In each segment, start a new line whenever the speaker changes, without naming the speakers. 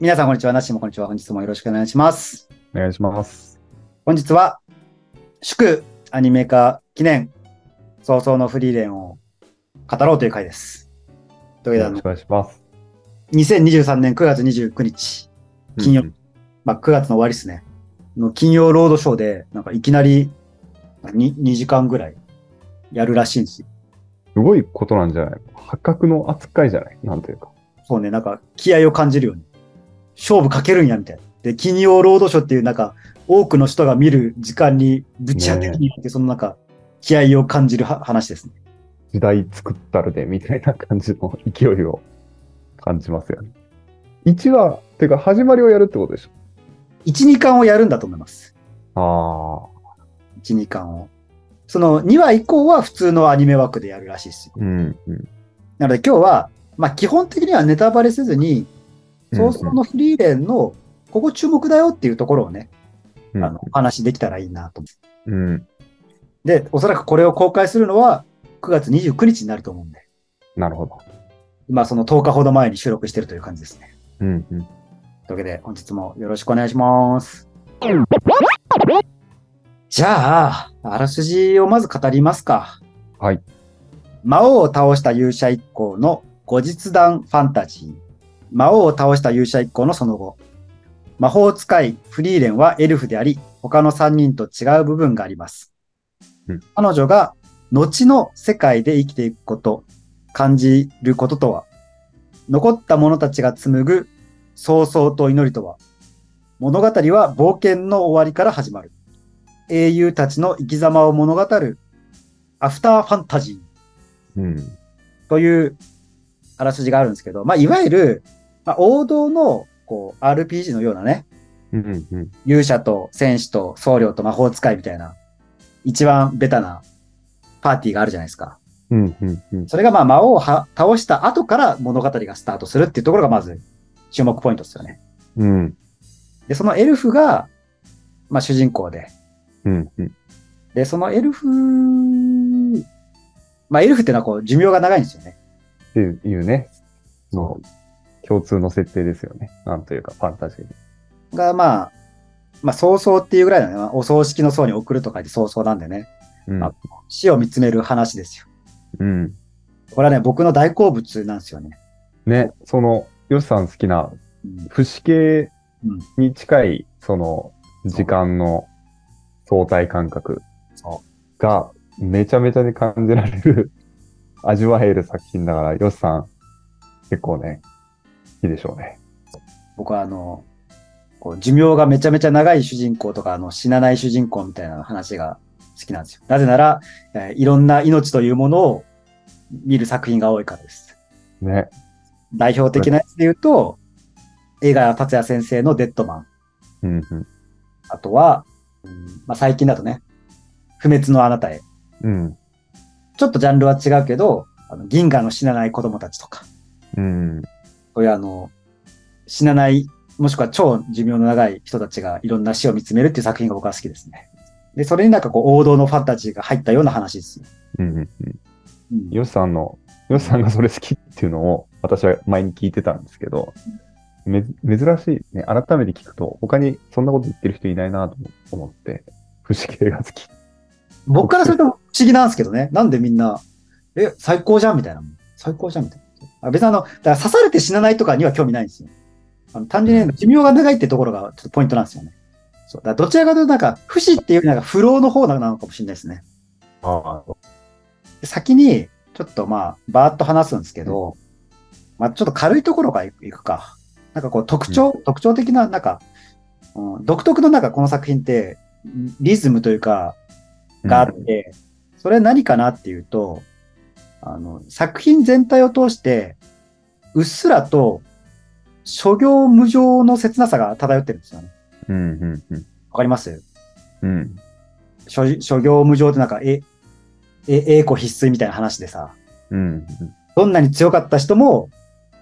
皆さん、こんにちは。なっしーもこんにちは。本日もよろしくお願いします。
お願いします。
本日は、祝アニメ化記念、早々のフリーレンを語ろうという回です。というわ
よ
け
ろ
で
しくお願いします。
あの、2023年9月29日、金曜日まあ、9月の終わりですね。の金曜ロードショーで、なんかいきなり 2, 2時間ぐらいやるらしいんですよ。
すごいことなんじゃない破格の扱いじゃないなんていうか。
そうね、なんか気合を感じるように。勝負かけるんや、みたいな。で、金曜ロードショーっていうなんか、多くの人が見る時間にぶち当てるによって、そのなんか、気合を感じるは話ですね。
時代作ったるで、みたいな感じの勢いを感じますよね。1話、っていうか始まりをやるってことでし
1、2巻をやるんだと思います。
ょ。あ
1、2巻を。その2話以降は普通のアニメ枠でやるらしいですよ。
あ。うん、うん。
なので今日は、まあ基本的にはネタバレせずに、早々のフリーレンの、ここ注目だよっていうところをね、
うん、
あの、お話しできたらいいなと思う。
うん。
で、おそらくこれを公開するのは9月29日になると思うんで、
なるほど。
今その10日ほど前に収録してるという感じですね。
うん、
と
うん。
いうわけで、本日もよろしくお願いします。じゃあ、あらすじをまず語りますか。
はい。
魔王を倒した勇者一行の後日談ファンタジー。魔王を倒した勇者一行のその後。魔法使いフリーレンはエルフであり、他の3人と違う部分があります。
うん
彼女が後の世界で生きていくこと、感じることとは、残った者たちが紡ぐ早々と祈りとは、物語は冒険の終わりから始まる。英雄たちの生き様を物語るアフターファンタジー。
うん。
というあらすじがあるんですけど、まあ、いわゆる、まあ、王道のこう RPG のようなね、
うん、うん。
勇者と戦士と僧侶と魔法使いみたいな、一番ベタなパーティーがあるじゃないですか。
うん、うん、うん。
それがまあ魔王をは倒した後から物語がスタートするっていうところがまず注目ポイントですよね。
うん、
で、そのエルフが、まあ主人公で、
うん、うん。
で、そのエルフ、まあエルフっていうのはこう寿命が長いんですよね。
っていうね、の共通の設定ですよね。なんというか、ファンタジーで。
が、まあ、まあ、早々っていうぐらいだね。まあお葬式の葬に送ると書いて早々なんでね。
うん
あ死を見つめる話ですよ。
うん。
これはね、僕の大好物なんですよね。
ね、その、ヨシさん好きな
うん
不死系
うん
に近い、その、時間の相対感覚
そ
がめちゃめちゃに感じられる、味わえる作品だから、ヨシさん、結構ね、いいでしょうね。
僕はあの、こう寿命がめちゃめちゃ長い主人公とか、あの死なない主人公みたいな話が好きなんですよ。なぜなら、えーいろんな命というものを見る作品が多いからです。
ね。
代表的なやつで言うと、映画達也先生のデッドマン。
うん、うん。
あとは、うんまあ、最近だとね、不滅のあなたへ。
うん。
ちょっとジャンルは違うけど、あの銀河の死なない子供たちとか、
うん。
そういうあの、死なない、もしくは超寿命の長い人たちがいろんな死を見つめるっていう作品が僕は好きですね。で、それになんかこう王道のファンタジーが入ったような話ですよ。
うん。うん。
うん
ヨシさんの、ヨシさんがそれ好きっていうのを私は前に聞いてたんですけど、め珍しいね。改めて聞くと、他にそんなこと言ってる人いないなと思って、不思議が好き。
僕からすると不思議なんですけどね。なんでみんな、え、最高じゃんみたいな。最高じゃんみたいな。あ別にあの、だから刺されて死なないとかには興味ないんですよ。あの単純に寿命が長いってところがちょっとポイントなんですよね。そう。だからどちらかというとなんか、不死っていうよりなんか不老の方なのかもしれないですね。
ああ。
で先に、ちょっとまあ、ばーっと話すんですけど、まあ、ちょっと軽いところからいくか。なんかこう、特徴、特徴的な、なんか、うん、独特のなんかこの作品って、リズムというか、があって、それ何かなっていうと、あの、作品全体を通して、うっすらと、諸行無常の切なさが漂ってるんですよね。
うん、うん、うん。
わかります
うん、
諸諸行無常ってなんか、え、え、栄枯必須みたいな話でさ、
うん、
どんなに強かった人も、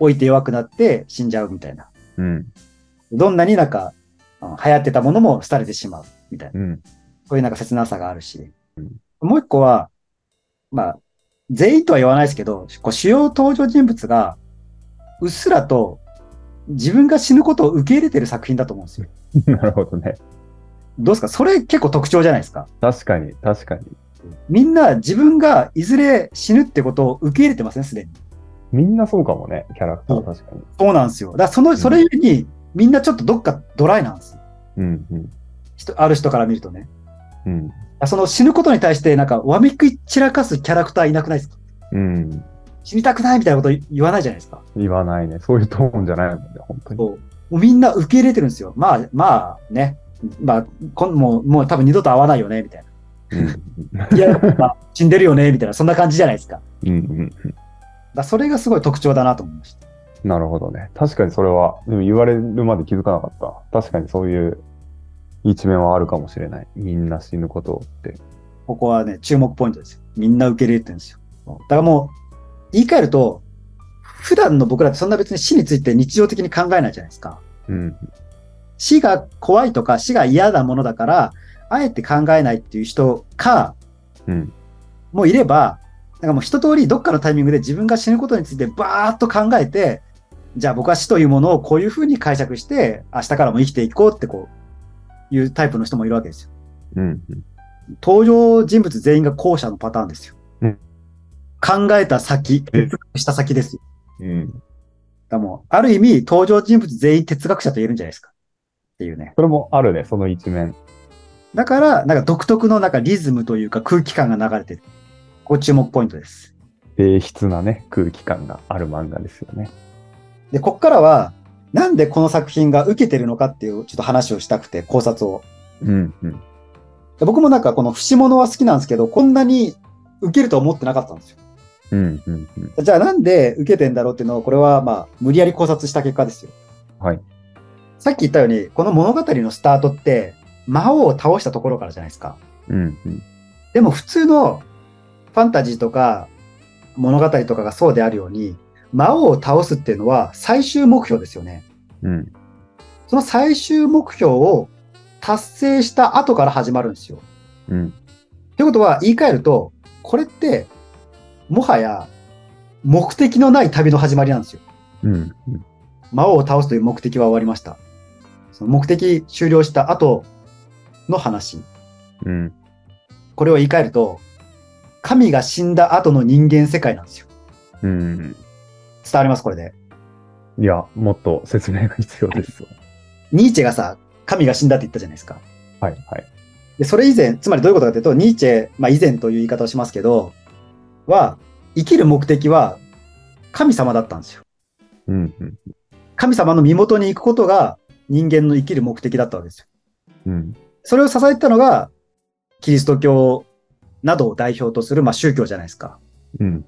老いて弱くなって死んじゃうみたいな。
うん、
どんなになんか、うん流行ってたものも廃れてしまうみたいな。
うん、
そういうなんか切なさがあるし
うん。
もう一個は、まあ、全員とは言わないですけど、こう主要登場人物が、うっすらと自分が死ぬことを受け入れてる作品だと思うんですよ。
なるほどね。
どうですかそれ結構特徴じゃないですか。
確かに、確かに。
みんな自分がいずれ死ぬってことを受け入れてませんすでに。
みんなそうかもね、キャラクター確かに。
そうなんですよ。だからその、それゆえに、みんなちょっとどっかドライなんですよ。
うん、うん、
人ある人から見るとね。
うん。
その死ぬことに対して、なんか、わめくい散らかすキャラクターいなくないですか
うん。
死にたくないみたいなこと言わないじゃないですか。
言わないね。そういうトーンじゃないもんね、本当に。
そうもうみんな受け入れてるんですよ。まあ、まあね。まあ、こんもう、もう多分二度と会わないよね、みたいな。
うん
いや、まあ、死んでるよね、みたいな、そんな感じじゃないですか。だか
うん、うん。
らそれがすごい特徴だなと思いました。
なるほどね。確かにそれは、でも言われるまで気づかなかった。確かにそういう一面はあるかもしれない。みんな死ぬことをって。
ここはね、注目ポイントですよ。みんな受け入れてるんですよ。だからもう、言い換えると、普段の僕らってそんな別に死について日常的に考えないじゃないですか。
うん。
死が怖いとか死が嫌なものだから、あえて考えないっていう人か、
うん。
もういれば、なんかもう一通りどっかのタイミングで自分が死ぬことについてバーッと考えて、じゃあ僕は死というものをこういうふうに解釈して、明日からも生きていこうってこう、いうタイプの人もいるわけですよ。
うん。
登場人物全員が後者のパターンですよ。
うん
考えた先、
え
哲学した先ですよ。
うん。
だからもう、ある意味、登場人物全員哲学者と言えるんじゃないですか。っていうね。
それもあるね、その一面。
だから、なんか独特のなんかリズムというか空気感が流れてる。ご注目ポイントです。
低質なね、空気感がある漫画ですよね。
で、こっからは、なんでこの作品が受けてるのかっていうちょっと話をしたくて、考察を。
うん。うん。
で僕もなんかこの節物は好きなんですけど、こんなに受けるとは思ってなかったんですよ。
うん。うん。うん
じゃあなんで受けてんだろうっていうのを、これはまあ、無理やり考察した結果ですよ。
はい。
さっき言ったように、この物語のスタートって、魔王を倒したところからじゃないですか。
うん。うん。
でも普通のファンタジーとか物語とかがそうであるように、魔王を倒すっていうのは最終目標ですよね。
うん。
その最終目標を達成した後から始まるんですよ。
うん。
ということは言い換えると、これってもはや目的のない旅の始まりなんですよ。
うん。
魔王を倒すという目的は終わりました。その目的終了した後の話。
うん。
これを言い換えると、神が死んだ後の人間世界なんですよ。
うん。
伝わります、これで。
いや、もっと説明が必要ですよ。
ニーチェがさ、神が死んだって言ったじゃないですか。
はい。はい。
で、それ以前、つまりどういうことかというと、ニーチェ、まあ以前という言い方をしますけど、は、生きる目的は神様だったんですよ。
うん。うん。
神様の身元に行くことが人間の生きる目的だったわけですよ。
うん。
それを支えてたのが、キリスト教などを代表とする、まあ宗教じゃないですか。
うん。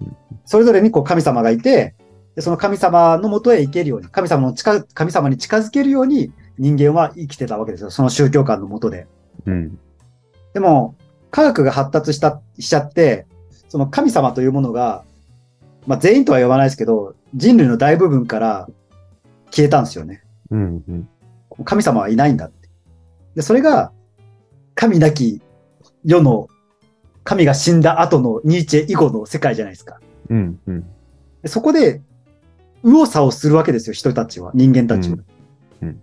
それぞれにこう神様がいて、でその神様のもとへ行けるように、神様の近、神様に近づけるように人間は生きてたわけですよ。その宗教観のもとで。
うん。
でも、科学が発達した、しちゃって、その神様というものが、まあ全員とは言わないですけど、人類の大部分から消えたんですよね。
うん。うん。
神様はいないんだって。で、それが、神なき世の、神が死んだ後のニーチェ以後の世界じゃないですか。
うん。うん。
でそこで、右往左往するわけですよ、人たちは、人間たちは。
うんうん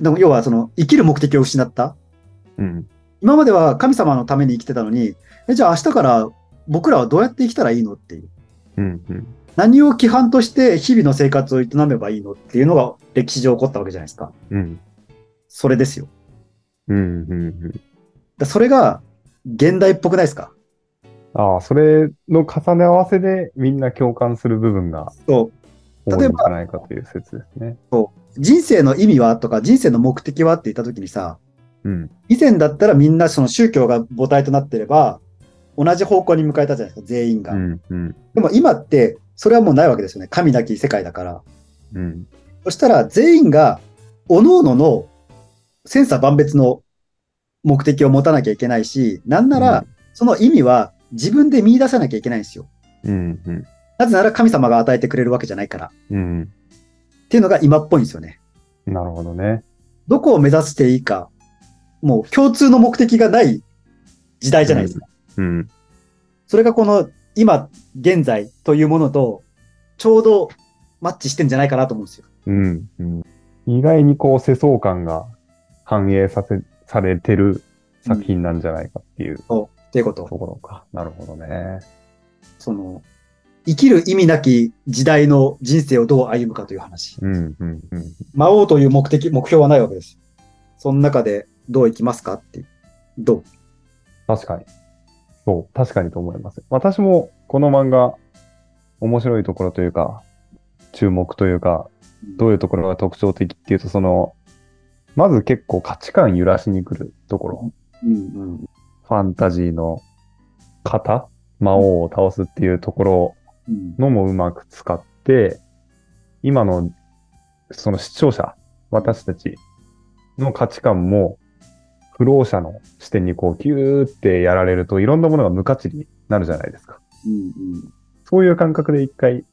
でも要は、その、生きる目的を失った。
うん。
今までは神様のために生きてたのに、えじゃあ明日から僕らはどうやって生きたらいいのっていう。
うん。うん。
何を規範として日々の生活を営めばいいのっていうのが歴史上起こったわけじゃないですか。
うん。
それですよ。
うんうんうん。
だそれが現代っぽくないですか
ああ、それの重ね合わせでみんな共感する部分が
そう。
多
例え
いんじ
ば
ゃないかという説ですね。
人生の意味はとか人生の目的はって言った時にさ、
うん。
以前だったらみんなその宗教が母体となってれば、同じ方向に向かえたじゃないですか、全員が。
うん。うん。
でも今って、それはもうないわけですよね。神なき世界だから。
うん。
そしたら全員が、各々の千差万別の目的を持たなきゃいけないし、なんな
う
ら、その意味は自分で見出さなきゃいけないんですよ。
うん。うん。
なぜなら神様が与えてくれるわけじゃないから。
うん。
っていうのが今っぽいんですよね。
なるほどね。
どこを目指していいか、もう共通の目的がない時代じゃないですか。
うん。
それがこの今現在というものと、ちょうどマッチしてんじゃないかなと思うんですよ。
うん。うん、意外にこう、世相感が反映させ、されてる作品なんじゃないかっていう
っていうこと
と。ころか。なるほどね。
その、生きる意味なき時代の人生をどう歩むかという話。
うん、うん、うん。
魔王という目的、目標はないわけです。その中でどう生きますかっていう。どう
確かに。そう、確かにと思います。私もこの漫画、面白いところというか、注目というか、どういうところが特徴的っていうと、その、まず結構価値観揺らしに来るところ。
うんうん
ファンタジーの型魔王を倒すっていうところ
うん。
のもうまく使って、今の、その視聴者、私たちの価値観も、不老者の視点にこう、キューってやられると、いろんなものが無価値になるじゃないですか。
うん
そういう感覚で一回、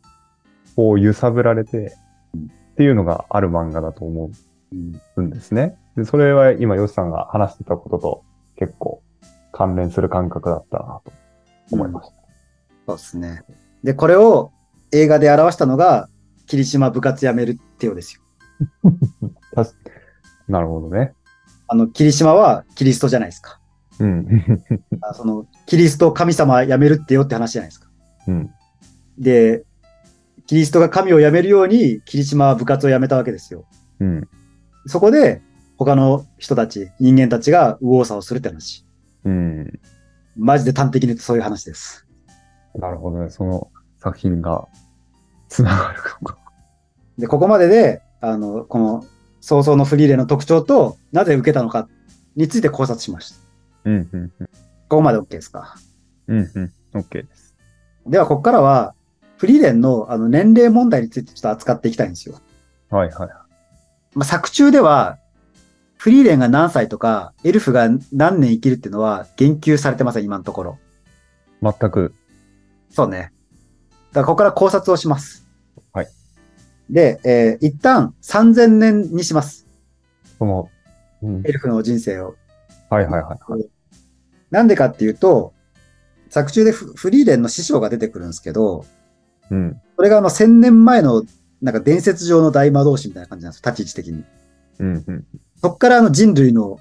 こう揺さぶられて
うん、
っていうのがある漫画だと思
うん。
うんですね。でそれは今、ヨシさんが話してたことと結構関連する感覚だったなと思いました。
そうですね。で、これを映画で表したのが、霧島部活やめるってようですよ。
たしなるほどね。
あの、霧島はキリストじゃないですか。
うん。
あその、キリスト神様やめるってよって話じゃないですか。
うん。
で、キリストが神をやめるように、霧島は部活をやめたわけですよ。
うん。
そこで、他の人たち、人間たちが右往左往するって話。
うん。
マジで端的に言うとそういう話です。
なるほどね。その作品が繋がるかも。
で、ここまでで、あの、この、早々のフリーレンの特徴と、なぜ受けたのかについて考察しました。
うん。うん。
ここまで OK ですか。
うん。うん。OK です。
では、ここからは、フリーレンのあの年齢問題についてちょっと扱っていきたいんですよ。
はいはい。
まあ、作中では、フリーレンが何歳とか、エルフが何年生きるっていうのは言及されてません、今のところ。
全く。
そうね。だから、ここから考察をします。
はい。
で、えー一旦3000年にします。
その、うん
エルフの人生を。
はいはいはい。
なんでかっていうと、作中でフフリーレンの師匠が出てくるんですけど、
うん。
それがあの1000年前のなんか伝説上の大魔導士みたいな感じなんですよ、立ち位置的に。
うん。うん。
そこからあの人類の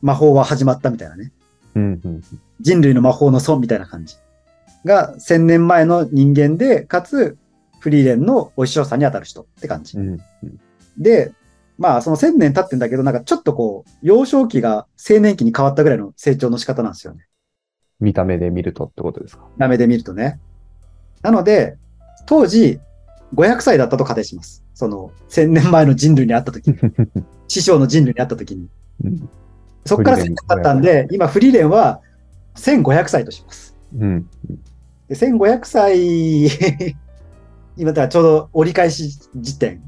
魔法は始まったみたいなね。
うん。うん。
人類の魔法の孫みたいな感じ。が、千年前の人間で、かつ、フリーレンのお師匠さんに当たる人って感じ
う。ん。
で、まあ、その千年経ってんだけど、なんかちょっとこう、幼少期が青年期に変わったぐらいの成長の仕方なんですよね。
見た目で見るとってことで すか。
な目で見るとね。なので、当時、500歳だったと仮定します。その、千年前の人類に会った時に、師匠の人類に会った時に。
うん。
そこから1000年経ったんで、今フリーレンは1500歳とします。
うん。
で1500歳、 今だからちょうど折り返し時点。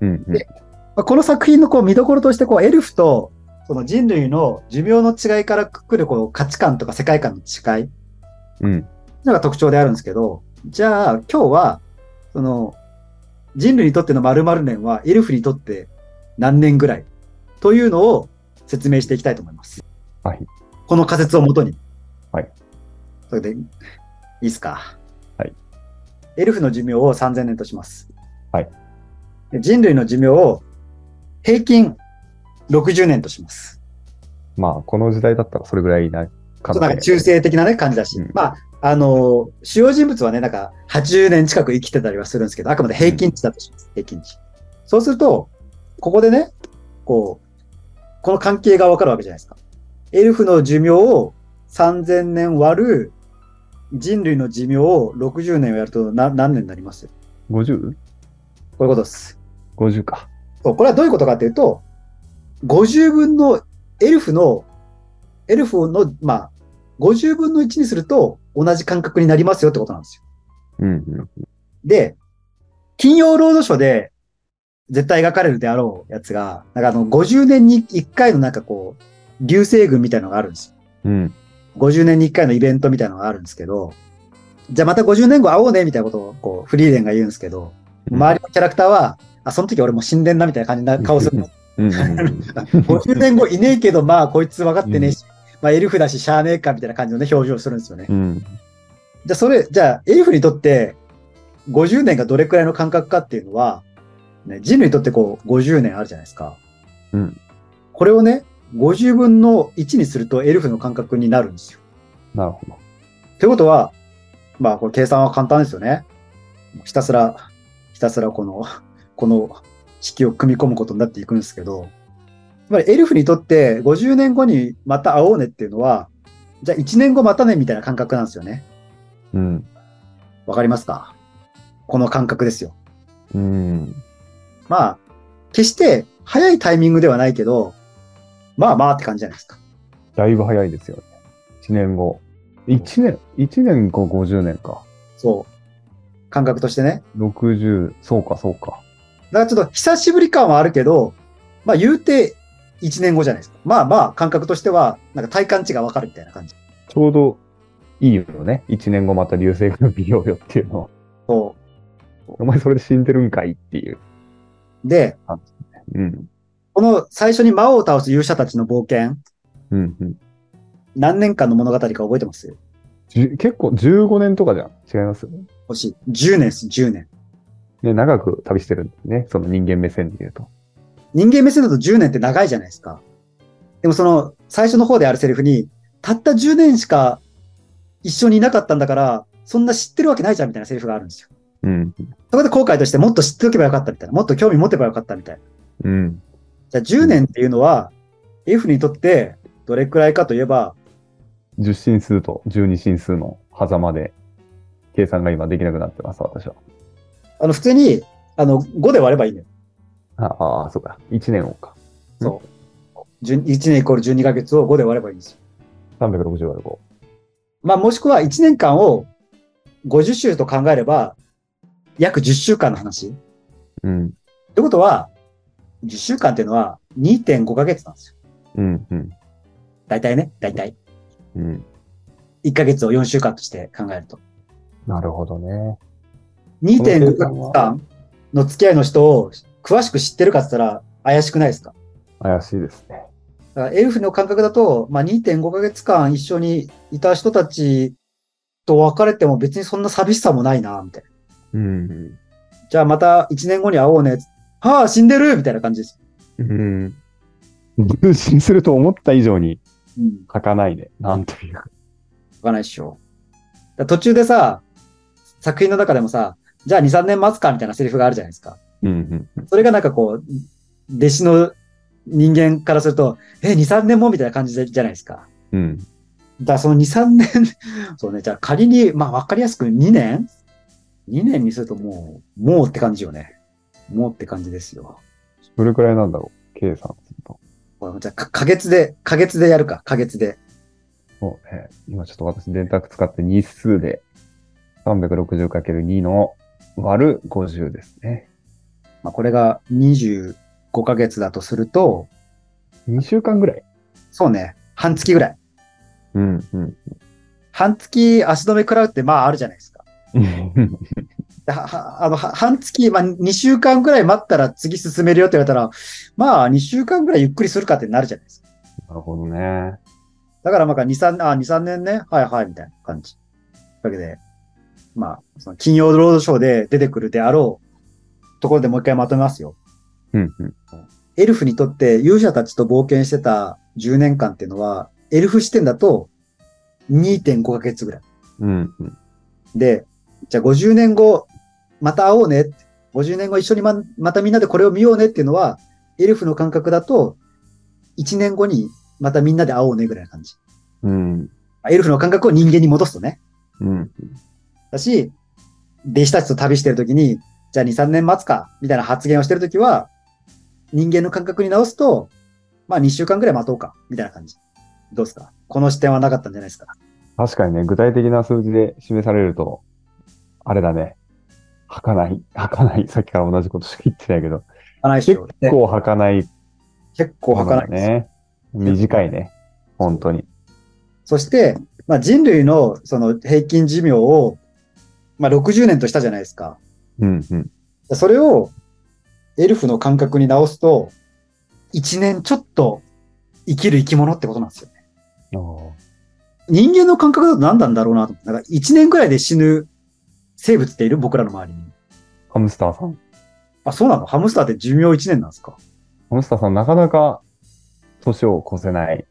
うん。うん
でまあ、この作品のこう見どころとしてこう、エルフとその人類の寿命の違いからくるこう価値観とか世界観の違いって
う
い
ん。
うのが特徴であるんですけど、じゃあ今日はその人類にとっての〇〇年はエルフにとって何年ぐらいというのを説明していきたいと思います。
はい。
この仮説をもとに。
はい。
それで、いいですか。
はい。
エルフの寿命を3000年とします。
はい
で。人類の寿命を平均60年とします。
まあ、この時代だったらそれぐらいな
ちょ
感
っとなんか中。性的なね、感じだし。
うん
まあ、あのー主要人物はね、なんか80年近く生きてたりはするんですけど、あくまで平均値だとします。平均値。そうすると、ここでね、こう、この関係がわかるわけじゃないですか。エルフの寿命を3000年割る人類の寿命を60年をやるとな何年になりますこ
50?50
ういうことです。
か。
そう、これはどういうことかっていうと、50分のエルフの、エルフの、まあ、50分の1にすると同じ感覚になりますよってことなんですよ。
うん。うん。
で、金曜ロードショーで絶対描かれるであろうやつが、なんかあの50年に1回のなんかこう、流星群みたいのがあるんですよ
うん。
50年に1回のイベントみたいなのがあるんですけど、じゃあまた50年後会おうねみたいなことをこうフリーレンが言うんですけど、周りのキャラクターは、あ、その時俺もう死んでんなみたいな感じな顔するの。
うん。うん。
50年後いねえけど、まあこいつ分かってねえし、まあエルフだししゃあねえかみたいな感じのね、表情をするんですよね
う。ん。
じゃあそれ、じゃあエルフにとって50年がどれくらいの間隔かっていうのは、ね、人類にとってこう50年あるじゃないですか。
うん。
これをね、50分の1にするとエルフの間隔になるんですよ。
なるほど。
ということは、まあ、これ計算は簡単ですよね。ひたすら、ひたすらこの、 この式を組み込むことになっていくんですけど、つまりエルフにとって50年後にまた会おうねっていうのは、じゃあ1年後またねみたいな感覚なんですよね。
うん。
わかりますかこの感覚ですよ。
うん。
まあ、決して早いタイミングではないけど、まあまあって感じじゃないですか。
だいぶ早いですよね。1年後。1年、一年後50年か。
そう。感覚としてね。
60、そうか、そうか。
だからちょっと久しぶり感はあるけど、まあ言うて1年後じゃないですか。まあまあ感覚としては、なんか体感値がわかるみたいな感じ。
ちょうどいいよね。1年後また流星群見ようよっていうのは。
そ
お前それで死んでるんかいっていう。
う。で、
うん。
この最初に魔王を倒す勇者たちの冒険、
うん、うん。
何年間の物語か覚えてます
じゅ結構15年とかじゃん。違います
欲しい。10年です、10年。
ね、長く旅してるんですね。その人間目線で言うと。
人間目線だと10年って長いじゃないですか。でもその最初の方であるセリフに、たった10年しか一緒にいなかったんだから、そんな知ってるわけないじゃんみたいなセリフがあるんですよ。
うん。
そこで後悔としてもっと知っておけばよかったみたいな。もっと興味持てばよかったみたいな。
うん。
じゃあ10年っていうのは、F にとってどれくらいかといえば、
10進数と12進数の狭間で、計算が今できなくなってます、私は。
あの、普通に、あの、5で割ればいいのよ。
ああ、そうか。1年後か。
そう。1年イコール12ヶ月を5で割ればいいんですよ。
360割る5。
まあ、もしくは1年間を50週と考えれば、約10週間の話。っ
うん。
てことは、10週間っていうのは2.5ヶ月なんですよ。
うん。うん。
大体ね、大体。
うん。
1ヶ月を4週間として考えると。
なるほどね。
2.5ヶ月間の付き合いの人を詳しく知ってるかって言ったら怪しくないですか
怪しいですね。
だからエルフの感覚だと、まあ、2.5ヶ月間一緒にいた人たちと別れても別にそんな寂しさもないな、みたいな。
うん。
じゃあまた1年後に会おうね。はあ、死んでるみたいな感じです。
うん。分身すると思った以上に
うん。
書かないで、なんというか。
わかんないっしょ。だから途中でさ、作品の中でもさ、じゃあ2、3年待つか、みたいなセリフがあるじゃないですか。
うん。うん。
それがなんかこう、弟子の人間からすると、え、2、3年もみたいな感じじゃないですか。
うん。
だからその2、3年、 そうね、じゃあ仮に、まあ分かりやすく2年 ?2 年にするともう、もうって感じよね。もうって感じですよ。
どれくらいなんだろう。計算すると。
これじゃあ、かか月で、か月でやるか、か月で。
そうね。今ちょっと私電卓使って日数で 360×2 の割る50ですね。
まあこれが25ヶ月だとすると、
2週間ぐらい。
そうね、半月ぐらい。
うんうん。
半月足止め食らうってまああるじゃないですか。
うん
でははあのは半月、まあ2週間ぐらい待ったら次進めるよって言われたら、まあ2週間ぐらいゆっくりするかってなるじゃないですか。
なるほどね。
だからまあ2、3、あ、2、3年ね、はいはい、みたいな感じ。というわけで、まあ、その金曜ロードショーで出てくるであろうところでもう一回まとめますよ。
うんうん。
エルフにとって勇者たちと冒険してた10年間っていうのは、エルフ視点だと2.5ヶ月ぐらい。
うんうん。
で、じゃあ50年後、また会おうねって。50年後一緒にままたみんなでこれを見ようねっていうのは、エルフの感覚だと、1年後にまたみんなで会おうねぐらいな感じ。
うん。
エルフの感覚を人間に戻すとね。
うん。
だし、弟子たちと旅してるときに、じゃあ2、3年待つか、みたいな発言をしてるときは、人間の感覚に直すと、まあ2週間ぐらい待とうか、みたいな感じ。どうですかこの視点はなかったんじゃないですか
確かにね、具体的な数字で示されると、あれだね。吐かない。吐かない。さっきから同じことしか言ってないけど。
儚いっし
結
ょね
構吐かない。
結構儚いです。
ね。短いね。本当に。
そして、まあ人類のその平均寿命を、まあ60年としたじゃないですか。
うんうん。
それをエルフの感覚に直すと、1年ちょっと生きる生き物ってことなんですよ。
あ
人間の感覚だと何なんだろうなと思って。なんか1年くらいで死ぬ生物っている僕らの周りに。
ハムスターさん。
あ、そうなのハムスターって寿命1年なんですか
ハムスターさん、なかなか年を越せない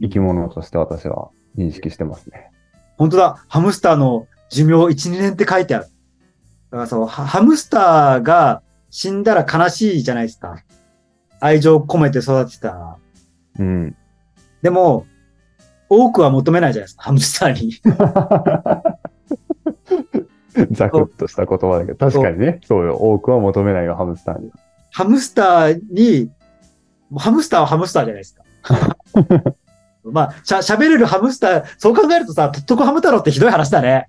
生き物として私は認識してますね。
本当だ。ハムスターの寿命1、2年って書いてある。だからそう、ハハムスターが死んだら悲しいじゃないですか。愛情込めて育てたら。
うん。
でも、多くは求めないじゃないですか、ハムスターに。
ざくっとした言葉だけど、確かにね、そうよ。多くは求めないよ、ハムスターには。
ハムスターに、ハムスターはハムスターじゃないですか。まあ、しゃ、喋れるハムスター、そう考えるとさ、とっとこハム太郎ってひどい話だね。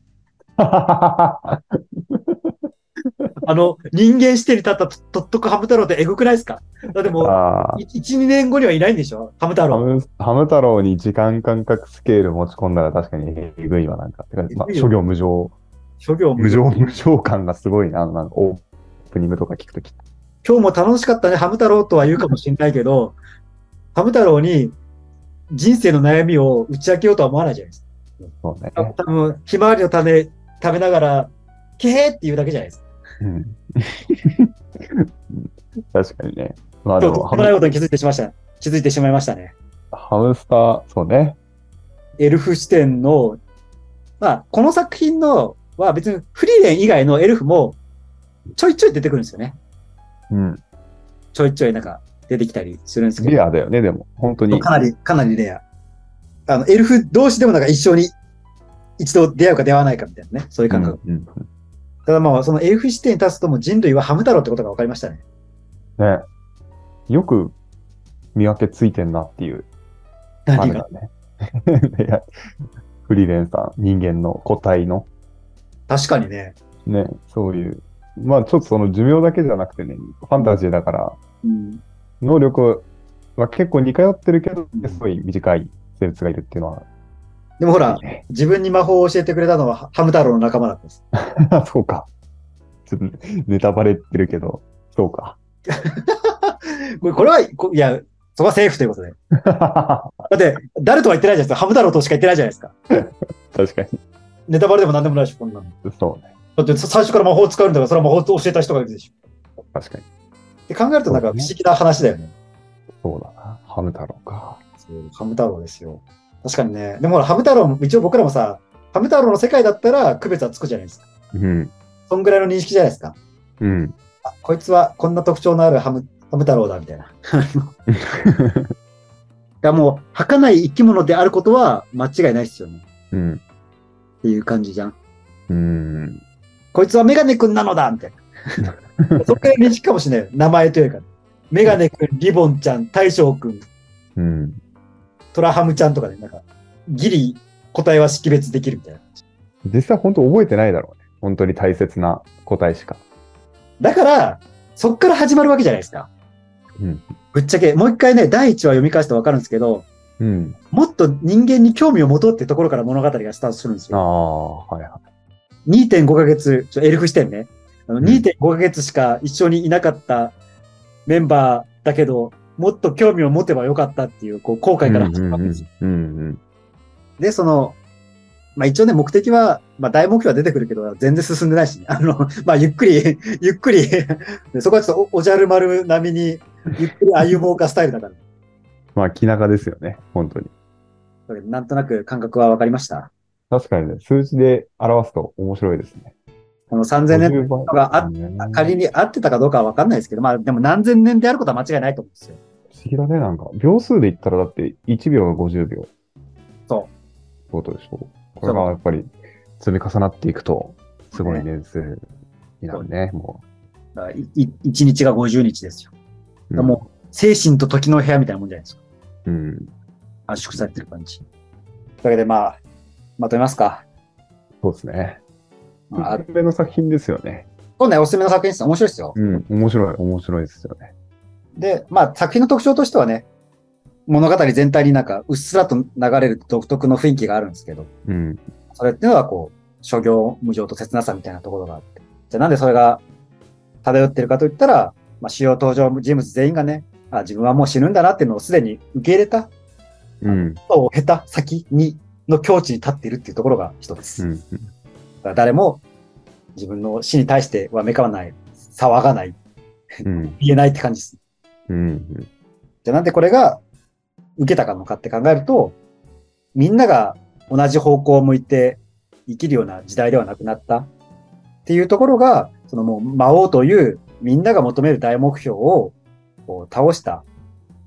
あの、人間視点に立ったととっとこハム太郎ってエグくないですかだっても
あ
う、い一、二年後にはいないんでしょハム太
ーハ
郎。
ムハム太郎に時間感覚スケール持ち込んだら確かにえぐいわ、なんか。てかまあ、
えぐいよ
諸行無常、
諸行無
無
常。
常、無常感がすごいな、なんかオープニングとか聞くとき。
今日も楽しかったね、ハム太郎とは言うかもしれないけど、ハム太郎に人生の悩みを打ち明けようとは思わないじゃないです
そうね。
か。多分、ひまわりの種食べながら、けへーって言うだけじゃないですか。
うん、 確かにね。まあで
そう、
も
と
ハ
んでもない
ム、
ことに気づいてしまいました。気づいてしまいましたね。
ハムスター、そうね。
エルフ視点の、まあ、この作品のは別にフリーレン以外のエルフもちょいちょい出てくるんですよね。
うん。
ちょいちょいなんか出てきたりするんですけ
リ
ど。
アだよね、でも。本当に。
かなり、かなりレア。あの、エルフ同士でもなんか一緒に一度出会うか出会わないかみたいなね。そういう感覚。
うんうん
ただまあ、そのエルフ視点に立つともう人類はハム太郎ってことが分かりましたね。
ね。よく見分けついてんなっていう。あ
何
れ
が。
だね。 いや、フリーレンさん、人間の個体の、
確かにね。
ね、そういう。まあちょっとその寿命だけじゃなくてね、ファンタジーだから、
うん。
能力は結構似通ってるけど
うん、
すごい短い生物がいるっていうのは、
でもほら、自分に魔法を教えてくれたのはハム太郎の仲間だったんです。
あ そうか。ちょっとネタバレってるけど、そうか。
これこれは、こいや、そこはセーフということで。
確
だって、誰とは言ってないじゃないですか。ハム太郎としか言ってないじゃないですか。
かに。
ネタバレでも何でもないし、こんなの。
そうね。
だって、そ最初から魔法を使うんだから、それは魔法を教えた人がいるでしょ。
確かに。
って考えると、なんか不思議な話だよね。
そうだな。ハム太郎か。
そうハム太郎ですよ。確かにね。でもほら、ハム太郎も、一応僕らもさ、ハム太郎の世界だったら区別はつくじゃないですか。
うん。
そんぐらいの認識じゃないですか。
うん。
あこいつはこんな特徴のあるハム、ハム太郎だ、みたい な。だからもう、儚い生き物であることは間違いないですよね。
うん。
っていう感じじゃん。
うん。
こいつはメガネ君なのだみたい な。それくらい認識かもしれない。名前というか。メガネ君、リボンちゃん、大将君、
うん。
トラハムちゃんとかで、なんか、ギリ答えは識別できるみたいな。
実際本当覚えてないだろうね。本当に大切な答えしか。
だから、そっから始まるわけじゃないですか。
うん。
ぶっちゃけ、もう一回ね、第一話読み返すとわかるんですけど、
うん。
もっと人間に興味を持とうってところから物語がスタートするんです
あ
よ。
あ、はいは
2.5ヶ月、ちょエルフ視点ね。あの
うん
2.5ヶ月しか一緒にいなかったメンバーだけど、もっと興味を持てばよかったっていう、こう、後
い。
悔から始まるわけですよ。
うんうん。
で、その、まあ一応ね、目的は、まあ大目標は出てくるけど、全然進んでないしね、あの、 まあゆっくり、ゆっくり、そこはちょっとおおじゃる丸並みに、ゆっくり歩もうかスタイルだから。
まあ、気長ですよね。本当に。
だけどなんとなく感覚はわかりました。
確かにね、数字で表すと面白いですね。
この3000年
50倍
があ
ね
仮に合ってたかどうかは分かんないですけど、まあでも何千年であることは間違いないと思うんですよ。
不思議だね、なんか。秒数で言ったらだって1秒が50秒。。
そう
ことでしょ。これがやっぱり積み重なっていくと、すごい年数になるね、も
だからいい一日が50日ですよ。
う。
だからもう精神と時の部屋みたいなもんじゃないですか。
うん、うん。
圧縮されてる感じ。というわけでまあ、まとめますか。
そうですね。
まあ
おすすめの作品ですよね。
そうね、おすすめの作品です。面白いですよ。
うん。面白い、面白いですよね。
で、まあ作品の特徴としてはね、物語全体になんかうっすらと流れる独特の雰囲気があるんですけど、
うん。
それっていうのはこう、諸行無常と切なさみたいなところがあって。じゃあなんでそれが漂ってるかといったら、まあ主要登場人物全員がね、あ自分はもう死ぬんだなっていうのをすでに受け入れた、
うん。
を経た先に、の境地に立っているっていうところが一つ。
うん。
だから誰も自分の死に対してはめかわない騒がない、
うん。
言えないって感じです。
うん。
じゃあなんでこれが受けたかのかって考えると、みんなが同じ方向を向いて生きるような時代ではなくなったっていうところが、そのもう魔王というみんなが求める大目標をこう倒した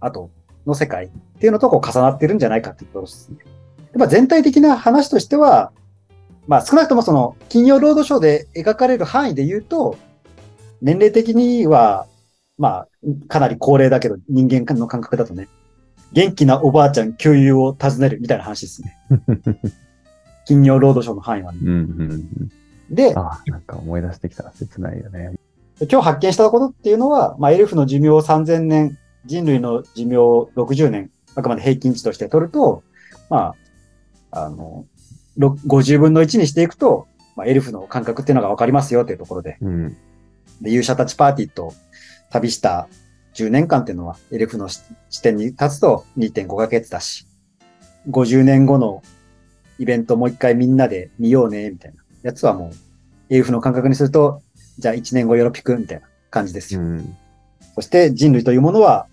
後の世界っていうのとこう重なってるんじゃないかっていうところですね。やっぱ全体的な話としては、まあ少なくともその金曜ロードショーで描かれる範囲で言うと、年齢的にはまあ、かなり高齢だけど、人間の感覚だとね、元気なおばあちゃん、旧友を訪ねるみたいな話ですね。金曜ロードショーの範囲はね。
うん。うん。
で、
ああ、なんか思い出してきた。切ないよね。
今日発見したことっていうのは、まあ、エルフの寿命を3000年、人類の寿命を60年、あくまで平均値として取ると、まあ、あの、ろ50分の1にしていくと、まあ、エルフの感覚っていうのがわかりますよっていうところで、
うん。
で、勇者たちパーティーと旅した10年間っていうのは、エルフのし視点に立つと2.5ヶ月だし、50年後のイベントもう一回みんなで見ようね、みたいなやつはもう、エルフの感覚にすると、じゃあ1年後よろぴくんみたいな感じです
う
よ。
ん。
そして人類というものは、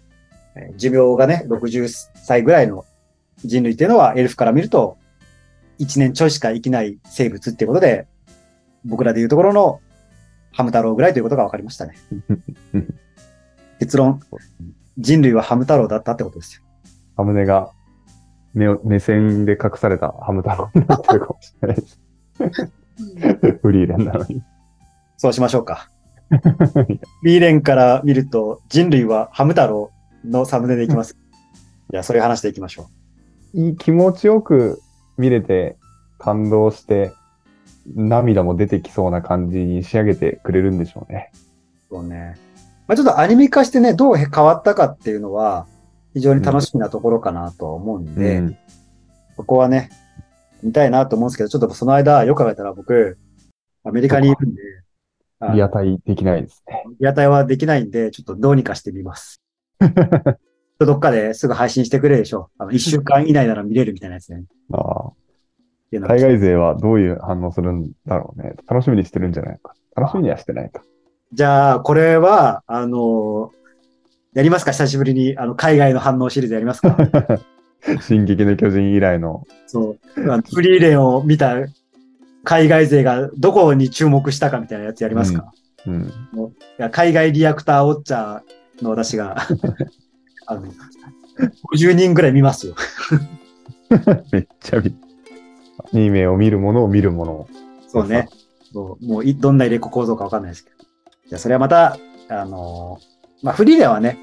えー寿命がね、60歳ぐらいの人類っていうのは、エルフから見ると、1年ちょいしか生きない生物っていうことで、僕らでいうところのハム太郎ぐらいということが分かりましたね
うん。
結論、人類はハム太郎だったってことですよ。
ハムネが目を、目線で隠されたハム太郎になってるかもしれないです。フリーレンなのに。
そうしましょうか。B レンから見ると、人類はハム太郎のサムネでいきます。じゃあ、そういう話でいきましょ
いい気持ちよく見れて、感動して、涙も出てきそうな感じに仕上げてくれるんでしょうね。
う。そうね。まあ、ちょっとアニメ化してね、どう変わったかっていうのは、非常に楽しみなところかなとは思うんで、
うん
ここはね、見たいなと思うんですけど、ちょっとその間、よく考えたら僕、アメリカにいるんで、あの
リアタイできないですね。
リアタイはできないんで、ちょっとどうにかしてみます。どっかですぐ配信してくれるでしょう。あの、一週間以内なら見れるみたいなやつね。
ああ
っていうのが
海外勢はどういう反応するんだろうね。楽しみにしてるんじゃないか。楽しみにはしてない か。
じゃあ、これは、あのやりますか久しぶりに、あの、海外の反応シリーズやりますか
進撃の巨人以来の。
そう。あのフリーレンを見た海外勢がどこに注目したかみたいなやつやりますか、
うん。
いや海外リアクターウォッチャーの私が、 あの、50人ぐらい見ますよ。
めっちゃ見アニメを見るものを見るものを。
そうね。そうもうい、どんな入れ子構造かわかんないですけど。じゃあ、それはまた、あのーまあ、フリーレンはね、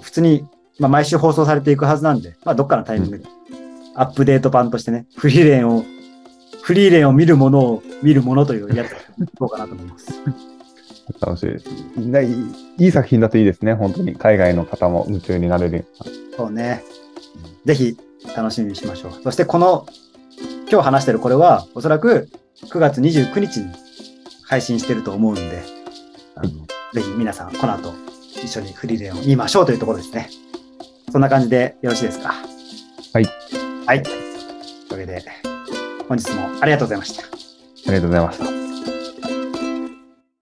普通に、まあ、毎週放送されていくはずなんで、まあ、どっかのタイミングで、アップデート版としてね、フリーレンを、フリーレンを見るものを見るものというやつをどうかなと思います。
楽しいです。ないいい作品だといいですね。本当に。海外の方も夢中になれるような。
そうね。ぜひ楽しみにしましょう。そしてこの、今日話してるこれは、おそらく9月29日に配信してると思うんで、あのぜひ皆さん、この後、一緒にフリーレンを見ましょうというところですね。そんな感じでよろしいですか。
はい。
はい。というわけで、本日もありがとうございました。
ありがとうございました。